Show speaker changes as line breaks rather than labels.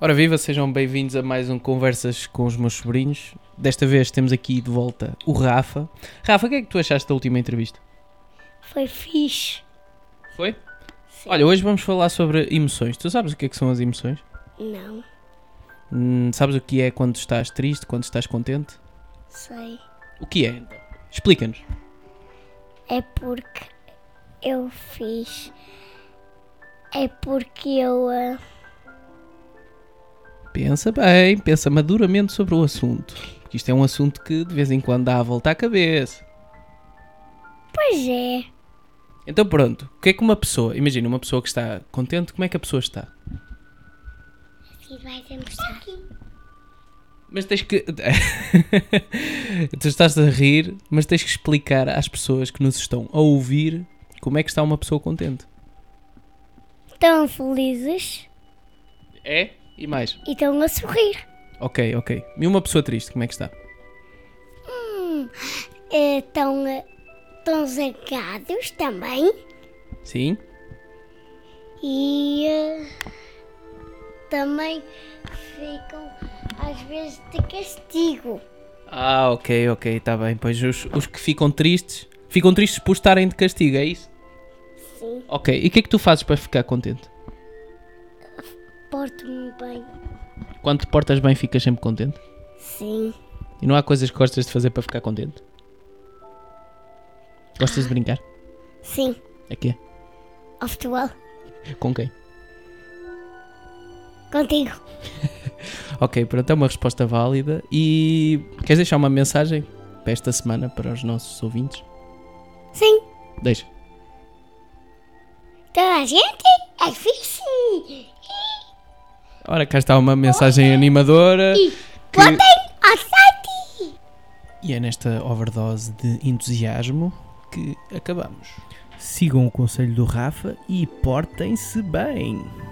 Ora viva, sejam bem-vindos a mais um Conversas com os meus sobrinhos. Desta vez temos aqui de volta o Rafa. Rafa, o que é que tu achaste da última entrevista?
Foi fixe.
Foi?
Sim.
Olha, hoje vamos falar sobre emoções. Tu sabes o que é que são as emoções?
Não
Hum, sabes o que é quando estás triste, quando estás contente?
sei.
O que é então? Explica-nos.
É porque eu fiz. É porque eu. ah,
Pensa bem, pensa maduramente sobre o assunto. Porque isto é um assunto que de vez em quando dá a volta à cabeça.
Pois é.
Então pronto, o que é que uma pessoa, imagina uma pessoa que está contente, como é que a pessoa está?
Assim vai demonstrar.
Mas tens que. tu estás a rir, mas tens que explicar às pessoas que nos estão a ouvir como é que está uma pessoa contente.
Estão felizes
É? E mais?
e estão a sorrir.
Ok, ok. E uma pessoa triste, como é que está?
Eh, Estão. ah, Estão zangados também.
Sim?
E. ah, também ficam às vezes de castigo.
Ah, ok, ok, está bem. Pois os, os que ficam tristes, ficam tristes por estarem de castigo, é isso?
Sim.
Ok, e o que é que tu fazes para ficar contente?
Porto-me bem.
Quando te portas bem, ficas sempre contente?
Sim.
E não há coisas que gostas de fazer para ficar contente? Gostas de brincar?
Sim.
É que é?
Ao futebol.
Com quem?
Contigo.
Ok, pronto, é uma resposta válida. E queres deixar uma mensagem para esta semana para os nossos ouvintes?
Sim.
Deixa.
Toda a gente é fixe.
Ora, cá está uma mensagem animadora.
E botem ao site.
E é nesta overdose de entusiasmo que acabamos.
Sigam o conselho do Rafa e portem-se bem.